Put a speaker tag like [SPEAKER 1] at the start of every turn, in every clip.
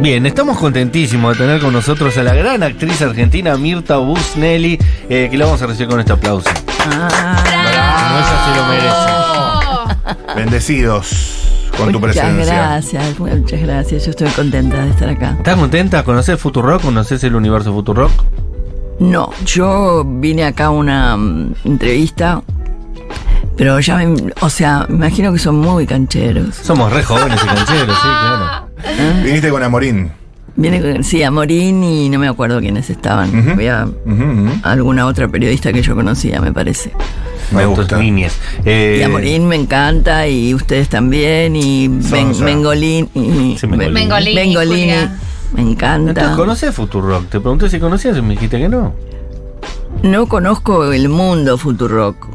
[SPEAKER 1] Bien, estamos contentísimos de tener con nosotros a la gran actriz argentina Mirta Busnelli, eh, que la vamos a recibir con este aplauso.
[SPEAKER 2] Como ella se lo merece.
[SPEAKER 3] Bendecidos con tu
[SPEAKER 4] Muchas
[SPEAKER 3] presencia.
[SPEAKER 4] gracias, muchas gracias. Yo estoy contenta de estar acá.
[SPEAKER 1] ¿Estás contenta? ¿Conoces Futurock? ¿Conoces el universo Futurock?
[SPEAKER 4] No, yo vine acá a una mm, entrevista, pero ya me, o sea, me imagino que son muy cancheros.
[SPEAKER 1] Somos re jóvenes y cancheros, sí, claro.
[SPEAKER 3] Viniste con Amorín.
[SPEAKER 4] Viene con, sí, a Morín y no me acuerdo quiénes estaban.
[SPEAKER 3] Ujú.
[SPEAKER 4] Voy a
[SPEAKER 3] Ujú, ujú.
[SPEAKER 4] alguna otra periodista que yo conocía, me parece.
[SPEAKER 3] Me
[SPEAKER 1] Estos
[SPEAKER 3] gusta.
[SPEAKER 1] niñes. Eh,
[SPEAKER 4] y a Morín me encanta y ustedes también y Ben-
[SPEAKER 3] Sonsa.
[SPEAKER 4] Bengolini. y-
[SPEAKER 1] Sí, Bengolini.
[SPEAKER 4] Bengolini.
[SPEAKER 2] Bengolini, Julia.
[SPEAKER 4] Me
[SPEAKER 1] Entonces,
[SPEAKER 4] encanta.
[SPEAKER 1] ¿conoces Futurock? Te pregunté si conocías y me dijiste que no.
[SPEAKER 4] No conozco el mundo Futurock.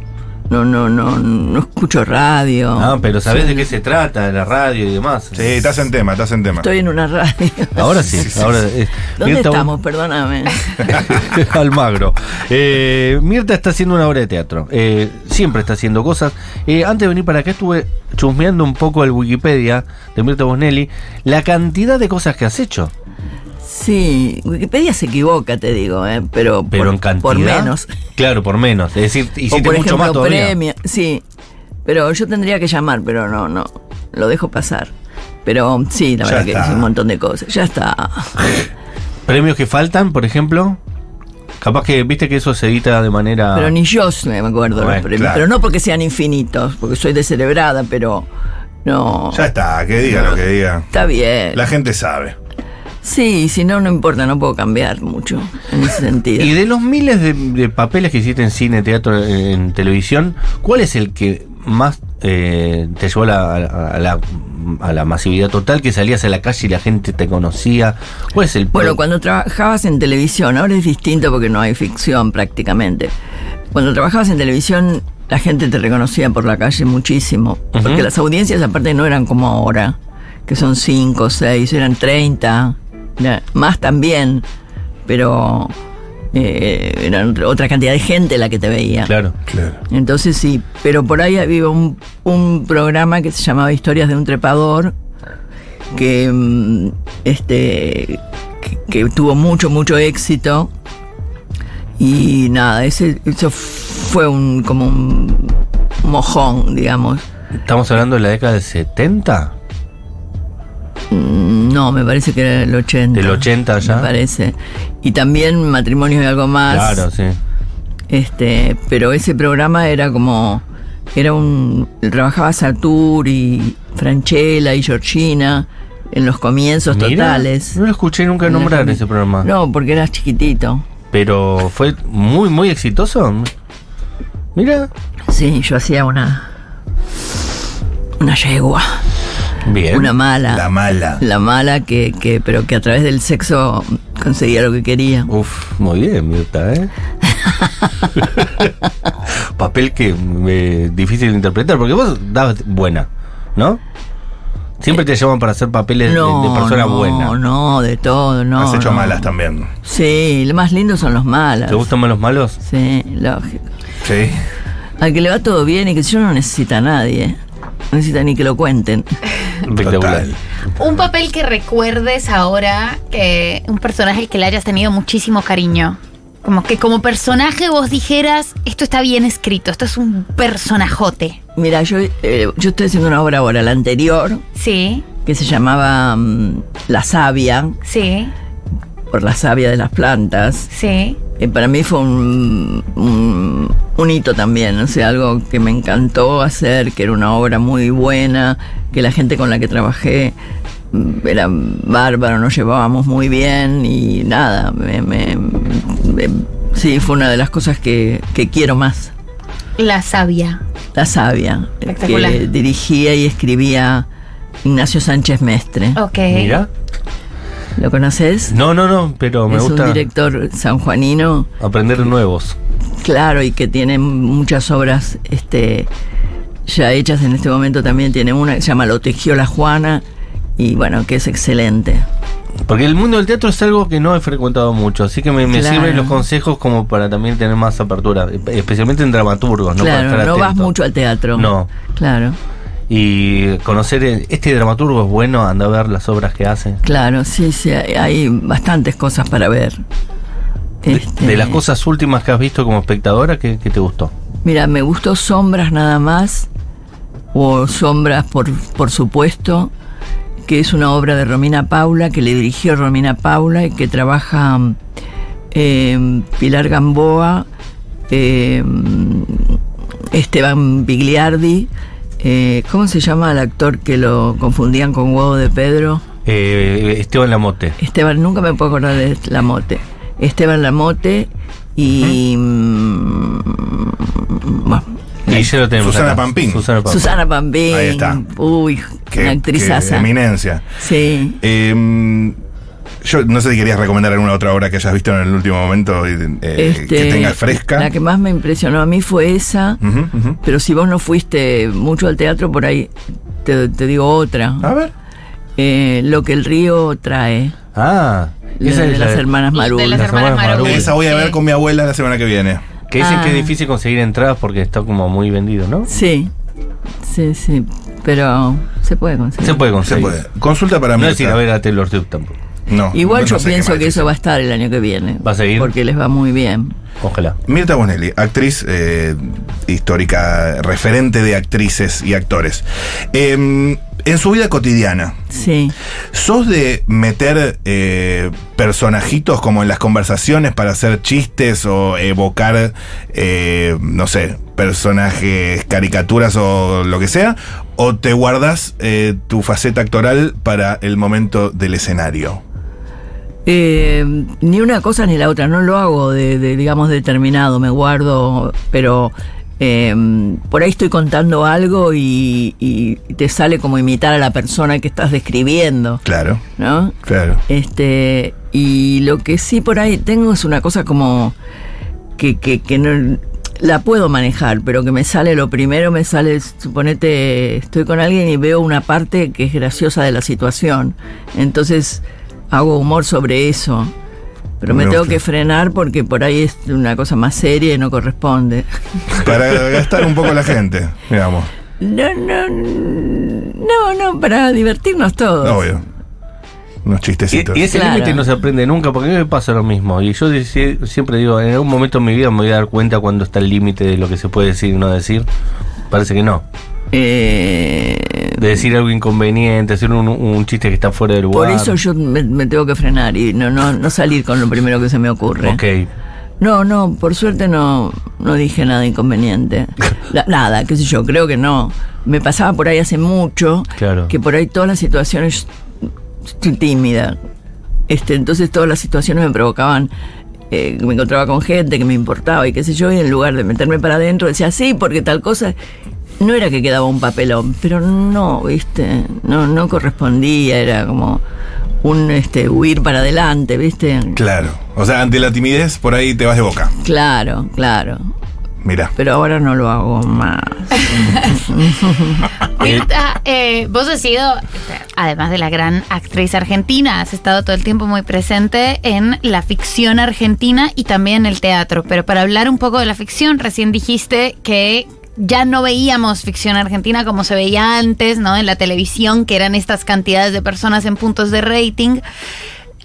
[SPEAKER 4] No, no, no, no escucho radio.
[SPEAKER 1] Ah, pero sabés de qué se trata, de la radio y demás.
[SPEAKER 3] Sí, estás en tema, estás en tema.
[SPEAKER 4] Estoy en una radio.
[SPEAKER 1] Ahora sí, ahora eh,
[SPEAKER 4] ¿Dónde
[SPEAKER 1] Mirta-
[SPEAKER 4] estamos? Perdóname.
[SPEAKER 1] Almagro. Eh, Mirta está haciendo una obra de teatro. Eh, siempre está haciendo cosas. Eh, antes de venir para acá estuve chusmeando un poco el Wikipedia de Mirta Bosnelli. La cantidad de cosas que has hecho.
[SPEAKER 4] Sí, Wikipedia se equivoca, te digo, ¿eh? pero,
[SPEAKER 1] Pero
[SPEAKER 4] por,
[SPEAKER 1] en cantidad.
[SPEAKER 4] por menos.
[SPEAKER 1] Claro, por menos. Es decir, hiciste
[SPEAKER 4] o por
[SPEAKER 1] mucho
[SPEAKER 4] ejemplo,
[SPEAKER 1] más todavía.
[SPEAKER 4] premio. Sí, pero yo tendría que llamar, pero no, no, lo dejo pasar. Pero sí, la
[SPEAKER 3] Ya
[SPEAKER 4] verdad que
[SPEAKER 3] está.
[SPEAKER 4] hice un montón de cosas. Ya está.
[SPEAKER 1] Ah. Premios que faltan, por ejemplo. Capaz que viste que eso se edita de manera.
[SPEAKER 4] Pero ni yo me acuerdo los
[SPEAKER 1] Bueno,
[SPEAKER 4] premios.
[SPEAKER 3] claro.
[SPEAKER 4] Pero no porque sean infinitos, porque soy descerebrada, pero no.
[SPEAKER 3] Ya está, que diga lo que diga.
[SPEAKER 4] Está bien.
[SPEAKER 3] La gente sabe.
[SPEAKER 4] Sí, si no, no importa, no puedo cambiar mucho en ese sentido.
[SPEAKER 1] Y de los miles de, de papeles que hiciste en cine, teatro, en, en televisión, ¿cuál es el que más eh, te llevó a la, a, la, a la masividad total? Que salías a la calle y la gente te conocía. ¿Cuál es el
[SPEAKER 4] Bueno, cuando trabajabas en televisión, ahora es distinto porque no hay ficción prácticamente. Cuando trabajabas en televisión, la gente te reconocía por la calle muchísimo.
[SPEAKER 1] Ujú.
[SPEAKER 4] Porque las audiencias, aparte, no eran como ahora, que son 5, 6, eran 30, era- más también, pero eh, era otra cantidad de gente la que te veía.
[SPEAKER 1] Claro.
[SPEAKER 3] Claro.
[SPEAKER 4] Entonces sí, pero por ahí había un, un programa que se llamaba Historias de un trepador, que mm, este que, que tuvo mucho, mucho éxito. Y nada, ese, eso fue un como un mojón, digamos.
[SPEAKER 1] ¿Estamos hablando de la década del 70?
[SPEAKER 4] Mm, No, me parece que era el 80.
[SPEAKER 1] ¿Del 80 ya?
[SPEAKER 4] Me parece. Y también matrimonios y algo más.
[SPEAKER 1] Claro, sí.
[SPEAKER 4] Este, pero ese programa era como. Era un. Trabajaba Satur y Franchella y Georgina en los comienzos
[SPEAKER 1] Mira,
[SPEAKER 4] totales.
[SPEAKER 1] No lo escuché nunca nombrar ese programa.
[SPEAKER 4] No, porque eras chiquitito.
[SPEAKER 1] Pero fue muy, muy exitoso. Mira.
[SPEAKER 4] Sí, yo hacía una. Una yegua.
[SPEAKER 1] Bien.
[SPEAKER 4] Una mala.
[SPEAKER 3] La mala.
[SPEAKER 4] La mala que, que. Pero que a través del sexo conseguía lo que quería.
[SPEAKER 1] Uf, muy bien, Mirta, ¿eh? Papel que eh, difícil de interpretar, porque vos dabas buena, ¿no? Siempre te llaman para hacer papeles de- de, persona
[SPEAKER 4] no,
[SPEAKER 1] buena.
[SPEAKER 4] no, de todo, no.
[SPEAKER 3] Has hecho
[SPEAKER 4] no.
[SPEAKER 3] malas también.
[SPEAKER 4] Sí, lo más lindo son los malas.
[SPEAKER 1] ¿Te gustan más los malos?
[SPEAKER 4] Sí, lógico.
[SPEAKER 3] Sí.
[SPEAKER 4] Al que le va todo bien y que yo no necesita a nadie. No necesita ni que lo cuenten.
[SPEAKER 1] Espectacular.
[SPEAKER 3] Total.
[SPEAKER 2] Un papel que recuerdes ahora, que un personaje al que le hayas tenido muchísimo cariño. Como que como personaje vos dijeras, esto está bien escrito, esto es un personajote.
[SPEAKER 4] Mira, yo, eh, yo estoy haciendo una obra ahora, la anterior,
[SPEAKER 2] Sí,
[SPEAKER 4] que se llamaba mm, La savia,
[SPEAKER 2] sí,
[SPEAKER 4] por la savia de las plantas.
[SPEAKER 2] sí.
[SPEAKER 4] Eh, para mí fue un, un- un hito también, o sea, algo que me encantó hacer, que era una obra muy buena, que la gente con la que trabajé mm, era bárbaro, nos llevábamos muy bien y nada, me- me- me- sí, fue una de las cosas que, que quiero más,
[SPEAKER 2] La sabia.
[SPEAKER 4] La Sabia, eh,
[SPEAKER 2] Espectacular.
[SPEAKER 4] que dirigía y escribía Ignacio Sánchez Mestre.
[SPEAKER 2] Ok.
[SPEAKER 1] Mira.
[SPEAKER 4] ¿Lo conoces?
[SPEAKER 1] No, no, no, pero me
[SPEAKER 4] Eh, es un
[SPEAKER 1] gusta
[SPEAKER 4] director sanjuanino.
[SPEAKER 1] aprender nuevos.
[SPEAKER 4] Claro, y que tiene muchas obras este, ya hechas en este momento también. Tiene una que se llama Lo tejió la Juana, y bueno, que es excelente.
[SPEAKER 1] Porque el mundo del teatro es algo que no he frecuentado mucho, así que me, me
[SPEAKER 4] Claro.
[SPEAKER 1] sirven los consejos como para también tener más apertura, especialmente en dramaturgos, ¿no? Para
[SPEAKER 4] claro,
[SPEAKER 1] estar
[SPEAKER 4] no vas
[SPEAKER 1] atento.
[SPEAKER 4] mucho al teatro.
[SPEAKER 1] No.
[SPEAKER 4] Claro.
[SPEAKER 1] y conocer el- este dramaturgo es bueno, anda a ver las obras que hace.
[SPEAKER 4] Claro, sí, sí, hay, hay bastantes cosas para ver.
[SPEAKER 1] De,
[SPEAKER 4] Este,
[SPEAKER 1] de
[SPEAKER 3] Mm.
[SPEAKER 1] las cosas últimas que has visto como espectadora, ¿qué, qué te gustó?
[SPEAKER 4] Mira, me gustó Sombras nada más, o Sombras por, por supuesto, que es una obra de Romina Paula, que le dirigió Romina Paula y que trabaja mm, eh, Pilar Gamboa, eh, Esteban Bigliardi, eh, ¿cómo se llama el actor que lo confundían con Huevo de Pedro?
[SPEAKER 1] Eh, Esteban Lamote.
[SPEAKER 4] Esteban, nunca me puedo acordar de Lamote. Esteban Lamote y... mm, bueno,
[SPEAKER 1] Y ya lo tenemos
[SPEAKER 3] Susana
[SPEAKER 1] acá.
[SPEAKER 3] Pampín.
[SPEAKER 1] Susana Pampín.
[SPEAKER 4] Susana Pambín.
[SPEAKER 3] Ahí está.
[SPEAKER 4] Uy,
[SPEAKER 3] Qué-
[SPEAKER 4] una
[SPEAKER 3] qué
[SPEAKER 4] actrizaza.
[SPEAKER 3] Eminencia.
[SPEAKER 4] Sí.
[SPEAKER 3] Eh, yo no sé si querías recomendar alguna otra obra que hayas visto en el último momento y, eh, que
[SPEAKER 4] Este,
[SPEAKER 3] tengas fresca. Mm.
[SPEAKER 4] La que más me impresionó a mí fue esa.
[SPEAKER 3] Ujú, ujú.
[SPEAKER 4] Pero si vos no fuiste mucho al teatro, por ahí te, te digo otra.
[SPEAKER 3] A ver.
[SPEAKER 4] Eh, lo que el río trae.
[SPEAKER 1] Ah,
[SPEAKER 4] la
[SPEAKER 1] esa
[SPEAKER 4] de
[SPEAKER 1] es la
[SPEAKER 4] las hermanas
[SPEAKER 2] De
[SPEAKER 4] Marul.
[SPEAKER 2] las
[SPEAKER 1] Las
[SPEAKER 2] hermanas
[SPEAKER 1] hermanas
[SPEAKER 2] Marul.
[SPEAKER 1] Uy, Marul.
[SPEAKER 3] Esa voy a ver
[SPEAKER 2] Sí.
[SPEAKER 3] con mi abuela la semana que viene.
[SPEAKER 1] Que dicen que es
[SPEAKER 4] Ah.
[SPEAKER 1] difícil conseguir entradas porque está como muy vendido, ¿no?
[SPEAKER 4] Sí. Sí, sí. Pero se puede conseguir.
[SPEAKER 1] Se puede
[SPEAKER 3] Se
[SPEAKER 1] conseguir.
[SPEAKER 3] puede. Consulta para mí.
[SPEAKER 1] No es ir a ver a Taylor Swift tampoco.
[SPEAKER 3] No,
[SPEAKER 4] Igual
[SPEAKER 3] no
[SPEAKER 4] yo
[SPEAKER 3] sé qué
[SPEAKER 4] pienso
[SPEAKER 3] más
[SPEAKER 4] que
[SPEAKER 3] decir.
[SPEAKER 4] eso va a estar el año que viene.
[SPEAKER 1] ¿Va a seguir?
[SPEAKER 4] Porque les va muy bien.
[SPEAKER 1] Ojalá.
[SPEAKER 3] Mirta Bonelli, actriz eh, histórica, referente de actrices y actores. Eh, en su vida cotidiana,
[SPEAKER 4] Sí.
[SPEAKER 3] ¿sos de meter eh, personajitos como en las conversaciones para hacer chistes o evocar, eh, no sé, personajes, caricaturas o lo que sea? ¿O te guardas eh, tu faceta actoral para el momento del escenario?
[SPEAKER 4] Eh, ni una cosa ni la otra, no lo hago de, de, digamos determinado, me guardo, pero eh, por ahí estoy contando algo y, y te sale como imitar a la persona que estás describiendo,
[SPEAKER 3] Claro,
[SPEAKER 4] ¿no?
[SPEAKER 3] claro.
[SPEAKER 4] Este, y lo que sí por ahí tengo es una cosa como que, que, que no la puedo manejar, pero que me sale lo primero, me sale, suponete, estoy con alguien y veo una parte que es graciosa de la situación. Entonces hago humor sobre eso. Pero me
[SPEAKER 3] Me
[SPEAKER 4] tengo
[SPEAKER 3] gusta.
[SPEAKER 4] que frenar porque por ahí es una cosa más seria y no corresponde.
[SPEAKER 3] Para gastar un poco a la gente, digamos.
[SPEAKER 4] No, no, no, no, para divertirnos todos.
[SPEAKER 3] Obvio. Unos
[SPEAKER 1] Y,
[SPEAKER 3] chistecitos.
[SPEAKER 1] y ese
[SPEAKER 4] Claro.
[SPEAKER 1] límite no se aprende nunca porque a mí me pasa lo mismo. Y yo deci- siempre digo, en algún momento de mi vida me voy a dar cuenta cuando está el límite de lo que se puede decir y no decir. Parece que no.
[SPEAKER 4] Eh,
[SPEAKER 1] De decir algo inconveniente, hacer un, un chiste que está fuera del lugar.
[SPEAKER 4] Por eso yo me, me tengo que frenar y no, no, no salir con lo primero que se me ocurre.
[SPEAKER 1] Ok.
[SPEAKER 4] No, no, por suerte no, no dije nada inconveniente. La- nada, qué sé yo, creo que no. Me pasaba por ahí hace mucho
[SPEAKER 1] Claro.
[SPEAKER 4] que por ahí todas las situaciones yo estoy tímida. Este, entonces todas las situaciones me provocaban eh, que me encontraba con gente que me importaba y qué sé yo, y en lugar de meterme para adentro decía sí, porque tal cosa. No era que quedaba un papelón, pero no, viste, no, no correspondía, era como un este huir para adelante, viste.
[SPEAKER 3] Claro. O sea, ante la timidez, por ahí te vas de boca.
[SPEAKER 4] Claro, claro.
[SPEAKER 3] Mira.
[SPEAKER 4] Pero ahora no lo hago más.
[SPEAKER 2] Mirta, eh, vos has sido, además de la gran actriz argentina, has estado todo el tiempo muy presente en la ficción argentina y también en el teatro. Pero para hablar un poco de la ficción, recién dijiste que ya no veíamos ficción argentina como se veía antes, ¿no? En la televisión, que eran estas cantidades de personas en puntos de rating.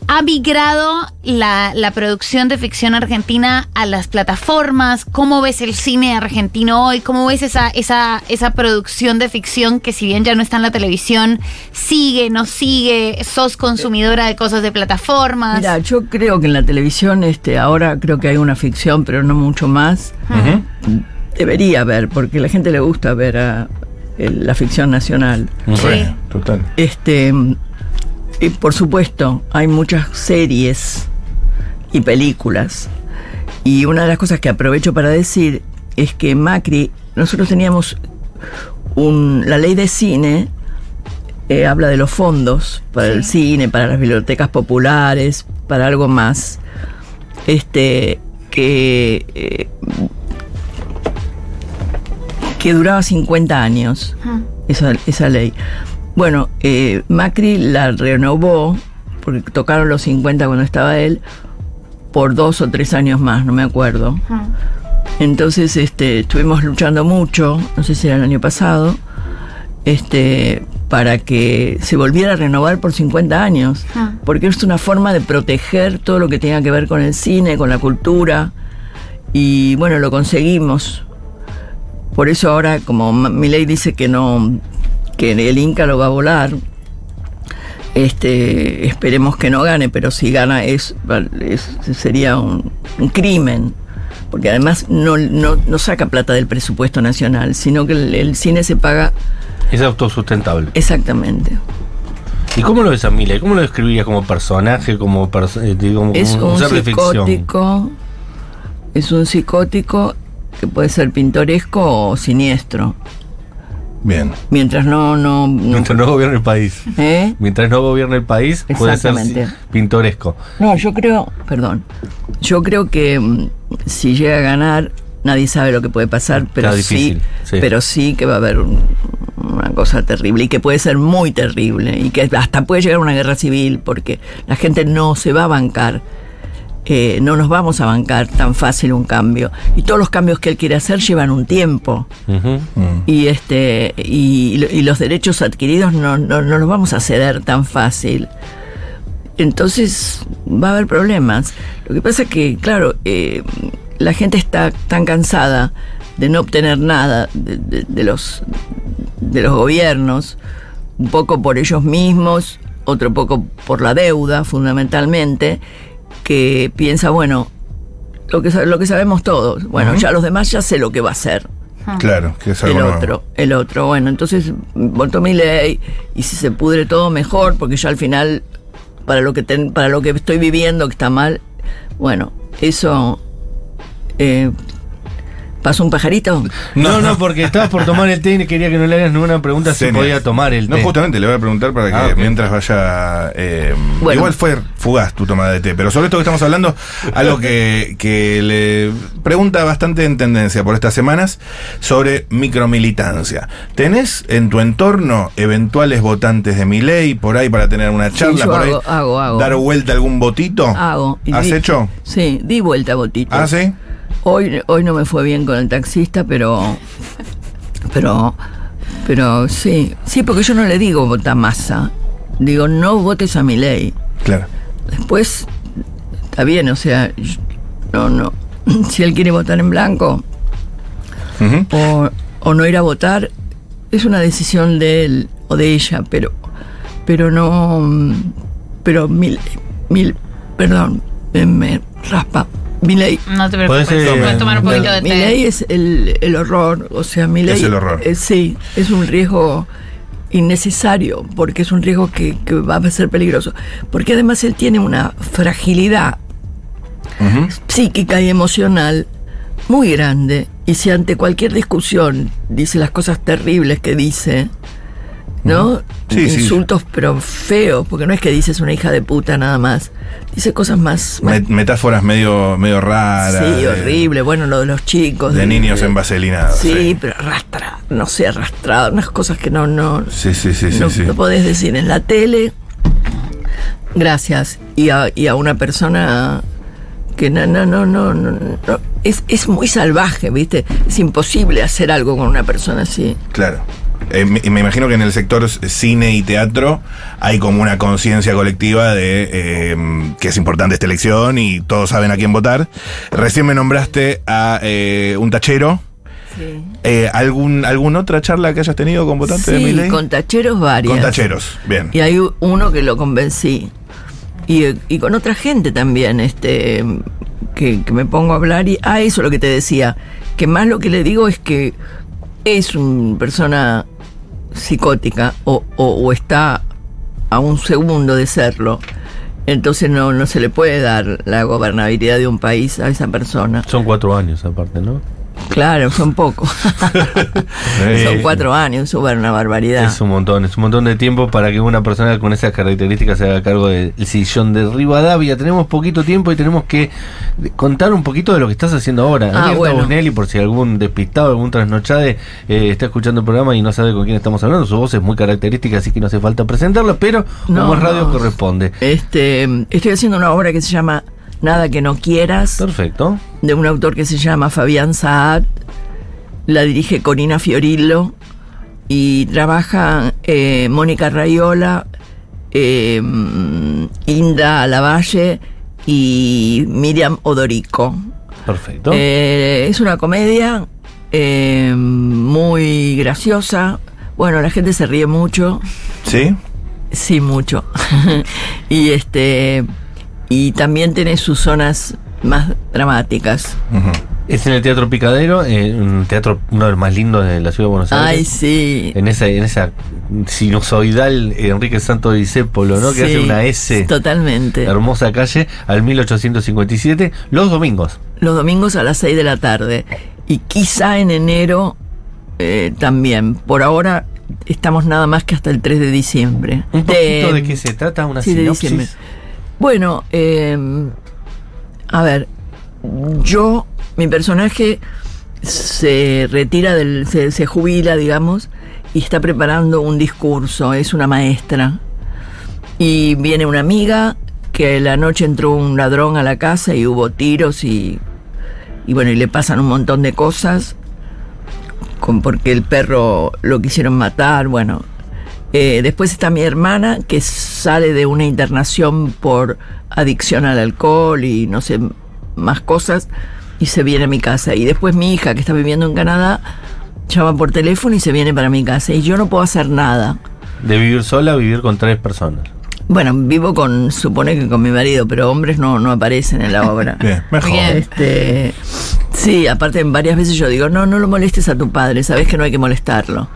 [SPEAKER 2] ¿Ha migrado la, la producción de ficción argentina a las plataformas? ¿Cómo ves el cine argentino hoy? ¿Cómo ves esa, esa, esa producción de ficción que si bien ya no está en la televisión, sigue, no sigue? ¿Sos consumidora de cosas de plataformas?
[SPEAKER 4] Mira, yo creo que en la televisión, este, ahora creo que hay una ficción, pero no mucho más.
[SPEAKER 1] Ujú.
[SPEAKER 4] Debería haber, porque la gente le gusta ver a, el- la ficción nacional.
[SPEAKER 1] Sí.
[SPEAKER 3] Re, Total.
[SPEAKER 4] Este, y por supuesto, hay muchas series y películas. Y una de las cosas que aprovecho para decir es que Macri, nosotros teníamos un, la ley de cine, eh, habla de los fondos para el cine, para las bibliotecas populares, para algo más. Este, que, eh, que duraba 50 años
[SPEAKER 2] Ujú.
[SPEAKER 4] esa, esa ley. Bueno, eh, Macri la renovó, porque tocaron los 50 cuando estaba él, por dos o tres años más, no me acuerdo.
[SPEAKER 2] Ujú.
[SPEAKER 4] Entonces este, estuvimos luchando mucho, no sé si era el año pasado, este, para que se volviera a renovar por 50 años,
[SPEAKER 2] Ah.
[SPEAKER 4] porque es una forma de proteger todo lo que tenga que ver con el cine, con la cultura, y bueno, lo conseguimos. Por eso ahora, como Ma- Milei dice que no, que el Inca lo va a volar, este, esperemos que no gane, pero si gana es, es- sería un, un crimen, porque además no, no, no saca plata del presupuesto nacional, sino que el, el cine se paga
[SPEAKER 1] Es autosustentable.
[SPEAKER 4] exactamente.
[SPEAKER 1] ¿Y cómo lo ves a Miley? ¿Cómo lo describirías como personaje, como, perso- eh, digo, como
[SPEAKER 4] Es un
[SPEAKER 1] ser de ficción?
[SPEAKER 4] psicótico, es un psicótico que puede ser pintoresco o siniestro,
[SPEAKER 3] Bien.
[SPEAKER 4] mientras no... no, no-
[SPEAKER 1] Mientras no gobierne el país.
[SPEAKER 4] ¿eh?
[SPEAKER 1] Mientras no gobierne el país, puede ser
[SPEAKER 4] Exactamente.
[SPEAKER 1] si- pintoresco.
[SPEAKER 4] No, yo creo, perdón, yo creo que mm, si llega a ganar, nadie sabe lo que puede pasar, pero
[SPEAKER 1] Está
[SPEAKER 4] sí,
[SPEAKER 1] difícil, sí.
[SPEAKER 4] pero sí que va a haber un- una cosa terrible y que puede ser muy terrible y que hasta puede llegar una guerra civil porque la gente no se va a bancar. eh, no nos vamos a bancar tan fácil un cambio. Y todos los cambios que él quiere hacer llevan un tiempo.
[SPEAKER 1] Ujú.
[SPEAKER 3] Mm.
[SPEAKER 4] Y, este, y, lo- y los derechos adquiridos no, no, no los vamos a ceder tan fácil. Entonces va a haber problemas. Lo que pasa es que, claro, eh, la gente está tan cansada de no obtener nada de, de- de los, de los gobiernos, un poco por ellos mismos, otro poco por la deuda, fundamentalmente, que piensa, bueno, lo que, sa- lo que sabemos todos, bueno, ya los demás ya sé lo que va a hacer
[SPEAKER 1] Ah.
[SPEAKER 3] Claro, que es algo
[SPEAKER 4] el
[SPEAKER 3] nuevo.
[SPEAKER 4] otro, el otro. Bueno, entonces votó mi ley y si se pudre todo mejor, porque yo al final, para lo que, ten- para lo que estoy viviendo que está mal, bueno, eso... Eh, ¿Pasó un pajarito?
[SPEAKER 1] No, no, porque estabas por tomar el té y quería que no le hagas ninguna pregunta si
[SPEAKER 3] Cenas.
[SPEAKER 1] podía tomar el
[SPEAKER 3] No,
[SPEAKER 1] té.
[SPEAKER 3] justamente le voy a preguntar para que
[SPEAKER 1] Ah, ok.
[SPEAKER 3] mientras vaya. eh,
[SPEAKER 4] Bueno.
[SPEAKER 3] Igual fue fugaz tu tomada de té, pero sobre esto que estamos hablando, algo que, que le pregunta bastante en tendencia por estas semanas sobre micromilitancia. ¿Tenés en tu entorno eventuales votantes de mi ley por ahí para tener una charla?
[SPEAKER 4] yo
[SPEAKER 3] por ahí,
[SPEAKER 4] hago, hago, hago.
[SPEAKER 3] ¿Dar vuelta algún botito?
[SPEAKER 4] Hago. Y
[SPEAKER 3] ¿Has
[SPEAKER 4] di-
[SPEAKER 3] hecho?
[SPEAKER 4] Sí, di vuelta botito.
[SPEAKER 3] ¿Ah, sí?
[SPEAKER 4] Hoy, hoy no me fue bien con el taxista, pero. Pero. Pero sí. Sí, porque yo no le digo vota masa. Digo, no votes a mi ley.
[SPEAKER 3] Claro.
[SPEAKER 4] Después, está bien, o sea, yo- no, no. Si él quiere votar en blanco
[SPEAKER 3] Ujú.
[SPEAKER 4] o, o no ir a votar, es una decisión de él o de ella, pero, pero no. mm, Pero mil. mil perdón, me, me raspa. Mi ley.
[SPEAKER 2] No te
[SPEAKER 1] Puede
[SPEAKER 2] preocupes.
[SPEAKER 1] ser,
[SPEAKER 2] Puedes tomar un
[SPEAKER 1] eh,
[SPEAKER 2] poquito de
[SPEAKER 4] Mi
[SPEAKER 2] té.
[SPEAKER 4] ley es el, el horror, o sea, mi ley.
[SPEAKER 3] Es el horror.
[SPEAKER 4] eh, sí, es un riesgo innecesario, porque es un riesgo que, que va a ser peligroso. Porque además él tiene una fragilidad
[SPEAKER 3] Ujú.
[SPEAKER 4] psíquica y emocional muy grande. Y si ante cualquier discusión dice las cosas terribles que dice, ¿no?
[SPEAKER 3] Sí, sí.
[SPEAKER 4] Insultos, pero feos, porque no es que dices una hija de puta nada más. Dice cosas más. más-
[SPEAKER 3] Met- metáforas medio, medio raras. eh,
[SPEAKER 4] sí,
[SPEAKER 3] de-
[SPEAKER 4] horrible. Bueno, lo de los chicos.
[SPEAKER 3] De niños en
[SPEAKER 4] Sí, pero arrastra, no sé, arrastrado, unas cosas que no, no,
[SPEAKER 3] Sí, sí, sí, sí.
[SPEAKER 4] no,
[SPEAKER 3] sí.
[SPEAKER 4] no podés decir en la tele. Gracias. Y a, y a una persona que no, no, no, no, no, no. Es, es muy salvaje, ¿viste? Es imposible hacer algo con una persona así.
[SPEAKER 3] Claro. Eh, me, me imagino que en el sector s- cine y teatro hay como una conciencia colectiva de eh, que es importante esta elección y todos saben a quién votar. Recién me nombraste a eh, un tachero.
[SPEAKER 4] Sí.
[SPEAKER 3] Eh, ¿algún, ¿Alguna otra charla que hayas tenido con votantes de Milei?
[SPEAKER 4] con tacheros varias.
[SPEAKER 3] Con tacheros, bien.
[SPEAKER 4] Y hay u- uno que lo convencí. Y, y con otra gente también, este que, que me pongo a hablar. Y ah, eso es lo que te decía. Que más lo que le digo es que es una persona psicótica o, o- o está a un segundo de serlo. Entonces no, no se le puede dar la gobernabilidad de un país a esa persona.
[SPEAKER 1] Son cuatro años aparte, ¿no?
[SPEAKER 4] Claro, son pocos.
[SPEAKER 3] Eh,
[SPEAKER 4] son cuatro años, eso es una barbaridad.
[SPEAKER 1] Es un montón, es un montón de tiempo para que una persona con esas características se haga cargo del sillón de Rivadavia. Tenemos poquito tiempo y tenemos que contar un poquito de lo que estás haciendo ahora.
[SPEAKER 4] Ah,
[SPEAKER 1] Mirta
[SPEAKER 4] bueno.
[SPEAKER 1] Busnelli, por si algún despistado, algún trasnochade eh, está escuchando el programa y no sabe con quién estamos hablando, su voz es muy característica, así que no hace falta presentarla, pero como
[SPEAKER 4] No,
[SPEAKER 1] es radio
[SPEAKER 4] no.
[SPEAKER 1] corresponde.
[SPEAKER 4] Este, estoy haciendo una obra que se llama Nada que no quieras,
[SPEAKER 1] Perfecto.
[SPEAKER 4] de un autor que se llama Fabián Saad. La dirige Corina Fiorillo y trabaja eh, Mónica Rayola, eh, Inda Alavalle y Miriam Odorico.
[SPEAKER 1] Perfecto.
[SPEAKER 4] Eh, es una comedia eh, muy graciosa. Bueno, la gente se ríe mucho,
[SPEAKER 3] ¿Sí?
[SPEAKER 4] sí mucho. y este y también tiene sus zonas más dramáticas.
[SPEAKER 3] Ujú.
[SPEAKER 1] es en el Teatro Picadero, eh, un teatro uno de los más lindos de la ciudad de Buenos Aires.
[SPEAKER 4] Ay, sí.
[SPEAKER 1] En esa, en esa sinusoidal Enrique Santo Discépolo, ¿no? Que
[SPEAKER 4] Sí,
[SPEAKER 1] hace una S.
[SPEAKER 4] Totalmente.
[SPEAKER 1] Hermosa calle al 1857, los domingos.
[SPEAKER 4] Los domingos a las 6 de la tarde. Y quizá en enero eh, también. Por ahora estamos nada más que hasta el 3 de diciembre.
[SPEAKER 1] Un poquito de,
[SPEAKER 4] Em,
[SPEAKER 1] qué se trata, una
[SPEAKER 4] Sí, de
[SPEAKER 1] sinopsis.
[SPEAKER 4] diciembre. Bueno, eh, a ver, yo, mi personaje se retira del, se, se jubila, digamos, y está preparando un discurso, es una maestra. Y viene una amiga que la noche entró un ladrón a la casa y hubo tiros y, y bueno, y le pasan un montón de cosas, con, porque el perro lo quisieron matar, bueno, eh, después está mi hermana que sale de una internación por adicción al alcohol y no sé más cosas y se viene a mi casa. Y después mi hija que está viviendo en Canadá llama por teléfono y se viene para mi casa y yo no puedo hacer nada.
[SPEAKER 1] De vivir sola a vivir con tres personas.
[SPEAKER 4] Bueno, vivo con, supone que con mi marido, pero hombres no, no aparecen en la obra.
[SPEAKER 3] Bien, mejor.
[SPEAKER 2] Bien.
[SPEAKER 4] Este, sí, aparte varias veces yo digo, no, no lo molestes a tu padre, sabes que no hay que molestarlo.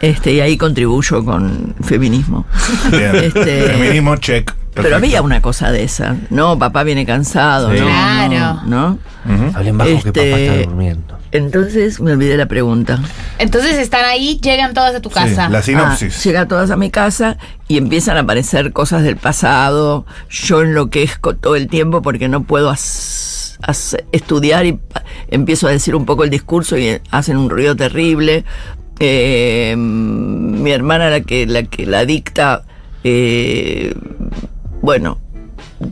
[SPEAKER 4] Este, y ahí contribuyo con feminismo.
[SPEAKER 3] Bien.
[SPEAKER 4] Este-
[SPEAKER 3] Feminismo, check. Perfecto.
[SPEAKER 4] Pero había una cosa de esa. No, papá viene cansado,
[SPEAKER 1] Sí.
[SPEAKER 4] ¿no?
[SPEAKER 2] Claro.
[SPEAKER 4] No, ¿no?
[SPEAKER 3] Ujú.
[SPEAKER 1] Hablen bajo que papá
[SPEAKER 4] ¿Eh? Este-
[SPEAKER 1] está durmiendo.
[SPEAKER 4] Entonces me olvidé la pregunta.
[SPEAKER 2] Entonces están ahí, llegan todas a tu casa.
[SPEAKER 3] Sí, la sinopsis.
[SPEAKER 4] Ah, llega todas a mi casa y empiezan a aparecer cosas del pasado. Yo enloquezco todo el tiempo porque no puedo as- as- estudiar y pa- empiezo a decir un poco el discurso y hacen un ruido terrible. Eh, mi hermana, la que la, que la dicta, eh, bueno,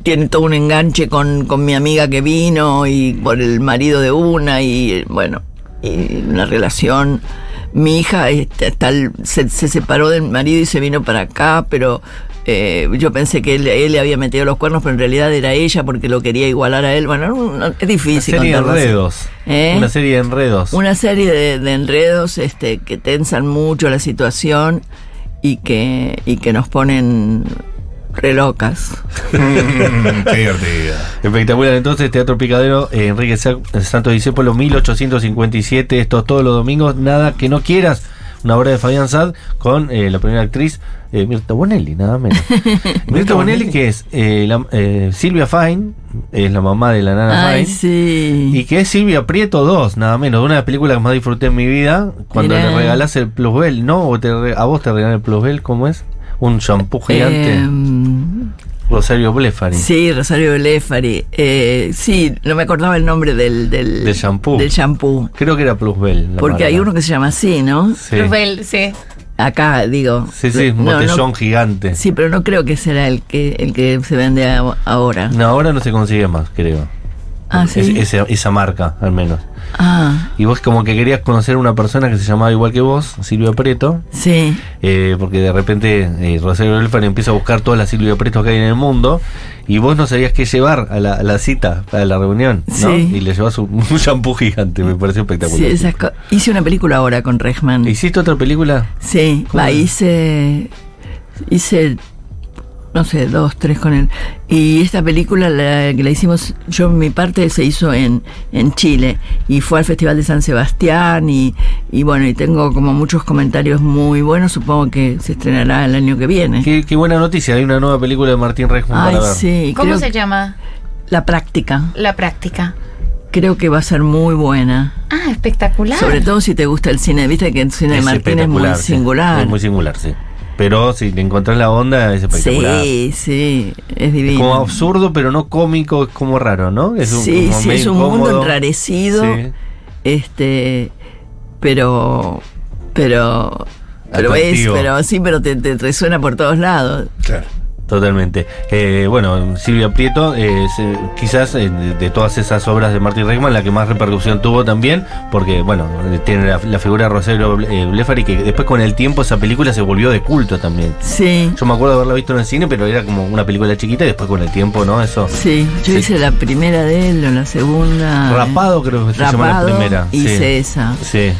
[SPEAKER 4] tiene todo un enganche con, con mi amiga que vino y por el marido de una y bueno, y una relación. Mi hija este, está al- se, se separó del marido y se vino para acá, pero eh, yo pensé que él, él le había metido los cuernos, pero en realidad era ella porque lo quería igualar a él. Bueno, era un- es
[SPEAKER 1] Una
[SPEAKER 4] difícil.
[SPEAKER 1] serie de
[SPEAKER 4] contarlo así.
[SPEAKER 1] enredos.
[SPEAKER 4] ¿Eh?
[SPEAKER 1] Una serie de enredos.
[SPEAKER 4] Una serie de, de enredos este, que tensan mucho la situación y que, y que nos ponen relocas.
[SPEAKER 3] Mm, Qué divertida.
[SPEAKER 1] Espectacular, entonces, Teatro Picadero, eh, Enrique Sa- Santos Discépolo, 1857, estos todos los domingos, nada que no quieras. Una obra de Fabián Sad con eh, la primera actriz, eh, Mirta Bonelli, nada menos. Mirta Bonelli, que es eh, la- eh, Silvia Fine, es la mamá de la nana
[SPEAKER 4] Ay,
[SPEAKER 1] Fine.
[SPEAKER 4] sí.
[SPEAKER 1] Y que es Silvia Prieto 2, nada menos, una de las películas que más disfruté en mi vida, cuando
[SPEAKER 4] Mirá.
[SPEAKER 1] le regalás el plusbel, ¿no? O te re- a vos te regalan el plusbel, ¿cómo es? Un shampoo gigante.
[SPEAKER 4] Em,
[SPEAKER 1] Rosario Blefari.
[SPEAKER 4] sí, Rosario Lefari. Eh, sí, no me acordaba el nombre del... Del,
[SPEAKER 1] Del shampoo.
[SPEAKER 4] del shampoo.
[SPEAKER 1] Creo que era plusbel. la
[SPEAKER 4] Porque hay
[SPEAKER 1] marca.
[SPEAKER 4] uno que se llama así, ¿no?
[SPEAKER 1] Sí.
[SPEAKER 2] Rubel, sí.
[SPEAKER 4] Acá, digo.
[SPEAKER 1] Sí, sí, un
[SPEAKER 4] No, no-
[SPEAKER 1] botellón gigante.
[SPEAKER 4] sí, pero no creo que será el que, el que se vende a- ahora.
[SPEAKER 1] No, ahora no se consigue más, creo.
[SPEAKER 4] Ah,
[SPEAKER 1] Es-
[SPEAKER 4] sí.
[SPEAKER 1] esa- esa marca, al menos.
[SPEAKER 4] Ah,
[SPEAKER 1] Y vos como que querías conocer a una persona que se llamaba igual que vos, Silvia Preto,
[SPEAKER 4] sí.
[SPEAKER 1] eh, porque de repente eh, Rosario Belfar empieza a buscar todas las Silvia Preto que hay en el mundo, y vos no sabías qué llevar a la, a la cita, a la reunión, ¿no?
[SPEAKER 4] Sí.
[SPEAKER 1] Y le llevas un, un shampoo gigante, me pareció espectacular.
[SPEAKER 4] Sí, esas co- hice una película ahora con Rechman.
[SPEAKER 1] ¿Hiciste otra película?
[SPEAKER 4] Sí,
[SPEAKER 1] ¿Cómo
[SPEAKER 4] va,
[SPEAKER 1] es?
[SPEAKER 4] hice, hice, no sé, dos, tres con él. Y esta película la, que la hicimos, yo mi parte se hizo en, en Chile y fue al Festival de San Sebastián y, y bueno, y tengo como muchos comentarios muy buenos, supongo que se estrenará el año que viene.
[SPEAKER 1] Qué, qué buena noticia, hay una nueva película de Martín Rejman
[SPEAKER 4] ¿Eh? Ay,
[SPEAKER 1] para ver.
[SPEAKER 4] sí,
[SPEAKER 2] ¿Cómo
[SPEAKER 4] creo-
[SPEAKER 2] se llama
[SPEAKER 4] la práctica.
[SPEAKER 2] la práctica?
[SPEAKER 4] Creo que va a ser muy buena.
[SPEAKER 2] Ah, espectacular.
[SPEAKER 4] Sobre todo si te gusta el cine, viste que el cine de
[SPEAKER 1] Es
[SPEAKER 4] Martín es muy
[SPEAKER 1] espectacular, sí.
[SPEAKER 4] singular.
[SPEAKER 1] Es muy singular, sí. Pero si le encontrás la onda, es espectacular.
[SPEAKER 4] sí, sí, es divino.
[SPEAKER 1] Es como absurdo, pero no cómico, es como raro, ¿no? Es un,
[SPEAKER 4] sí,
[SPEAKER 1] como
[SPEAKER 4] sí,
[SPEAKER 1] medio
[SPEAKER 4] es un mundo
[SPEAKER 1] incómodo.
[SPEAKER 4] enrarecido.
[SPEAKER 1] Sí.
[SPEAKER 4] Este, pero, pero, pero es,
[SPEAKER 1] Atractivo.
[SPEAKER 4] pero sí, pero te, te resuena por todos lados.
[SPEAKER 3] Claro.
[SPEAKER 1] Totalmente. Eh, bueno, Silvia Prieto, eh, se- quizás eh, de de todas esas obras de Martín Reckman, la que más repercusión tuvo también, porque, bueno, tiene la, la figura de Rosario Ble- eh, Blefari, que después con el tiempo esa película se volvió de culto también.
[SPEAKER 4] Sí,
[SPEAKER 1] Yo me acuerdo de haberla visto en el cine, pero era como una película chiquita y después con el tiempo, ¿no? Eso.
[SPEAKER 4] sí. Yo
[SPEAKER 1] Sí.
[SPEAKER 4] hice la primera de él o la segunda. ¿eh?
[SPEAKER 1] Rapado creo que se llama la
[SPEAKER 4] Ah, Rapado,
[SPEAKER 1] primera.
[SPEAKER 4] Hice
[SPEAKER 1] sí.
[SPEAKER 4] esa.
[SPEAKER 1] Sí.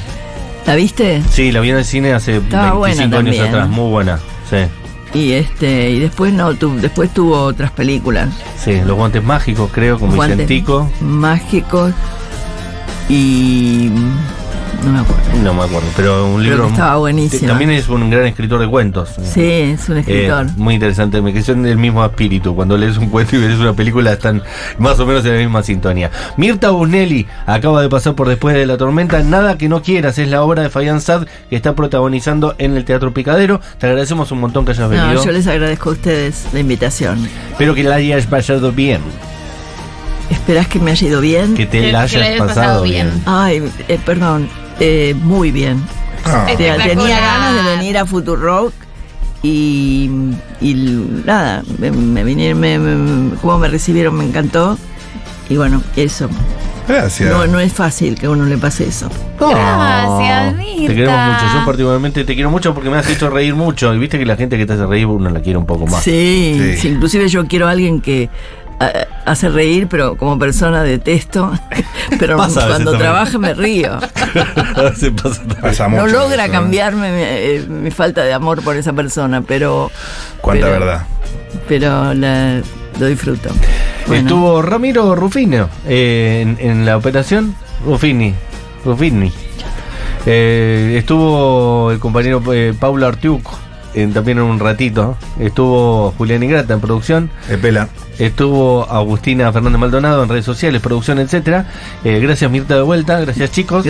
[SPEAKER 4] ¿La viste?
[SPEAKER 1] Sí, la vi en el cine hace
[SPEAKER 4] Estaba
[SPEAKER 1] 25
[SPEAKER 4] buena
[SPEAKER 1] años
[SPEAKER 4] también.
[SPEAKER 1] atrás, muy buena. Sí,
[SPEAKER 4] Y este, y después no, tu- después tuvo otras películas.
[SPEAKER 1] sí, los guantes mágicos creo, con
[SPEAKER 4] Guantes
[SPEAKER 1] Vicentico.
[SPEAKER 4] Mágicos. Y mm, no me acuerdo.
[SPEAKER 1] No me acuerdo, pero un
[SPEAKER 4] Creo
[SPEAKER 1] libro.
[SPEAKER 4] que estaba buenísima.
[SPEAKER 1] También es un gran escritor de cuentos.
[SPEAKER 4] Sí, es un
[SPEAKER 1] Eh,
[SPEAKER 4] escritor.
[SPEAKER 1] muy interesante, me son del mismo espíritu. Cuando lees un cuento y ves una película, están más o menos en la misma sintonía. Mirta Busnelli acaba de pasar por Después de la Tormenta. Nada que no quieras es la obra de Fabián Sad que está protagonizando en el Teatro Picadero. Te agradecemos un montón que hayas venido.
[SPEAKER 4] no, yo les agradezco a ustedes la invitación.
[SPEAKER 1] Espero que la hayas pasado bien.
[SPEAKER 4] ¿Esperás que me haya ido bien?
[SPEAKER 1] Que te
[SPEAKER 2] Que- que
[SPEAKER 1] la hayas, pasado, bien.
[SPEAKER 4] Ay, eh, perdón, eh, muy bien.
[SPEAKER 3] Ah,
[SPEAKER 2] Este-
[SPEAKER 4] Te-
[SPEAKER 2] Espectacular.
[SPEAKER 4] tenía ganas de venir a Futurock y, y nada, me, me vinieron, me- me- cómo me recibieron me encantó. Y bueno, eso.
[SPEAKER 3] gracias.
[SPEAKER 4] No, no es fácil que a uno le pase eso.
[SPEAKER 2] Oh, Gracias, Mirta.
[SPEAKER 1] Te queremos mucho. Yo particularmente te quiero mucho porque me has hecho reír mucho. Y viste que la gente que te hace reír uno la quiere un poco más.
[SPEAKER 4] Sí,
[SPEAKER 3] Sí.
[SPEAKER 4] sí, inclusive yo quiero a alguien que ah, hace reír, pero como persona detesto. Pero
[SPEAKER 1] Pasa a veces
[SPEAKER 4] cuando
[SPEAKER 1] también.
[SPEAKER 4] trabaja me río.
[SPEAKER 1] Se pasa también.
[SPEAKER 3] Pasa
[SPEAKER 4] No
[SPEAKER 3] mucho
[SPEAKER 4] logra
[SPEAKER 3] eso, ¿eh?
[SPEAKER 4] cambiarme mi, eh, mi falta de amor por esa persona, pero
[SPEAKER 3] Cuánta
[SPEAKER 4] Pero-
[SPEAKER 3] verdad.
[SPEAKER 4] pero la- lo disfruto. Bueno.
[SPEAKER 1] Estuvo Ramiro Rufino eh, en, en la operación. Rufini. Rufini. Eh, estuvo el compañero eh, Paulo Artiuk en- también en un ratito. Estuvo Julián Ingrata en producción.
[SPEAKER 3] Eh, pela.
[SPEAKER 1] Estuvo Agustina Fernández Maldonado en redes sociales, producción, etcétera. Eh, gracias Mirta de vuelta. Gracias chicos.
[SPEAKER 4] Gracias.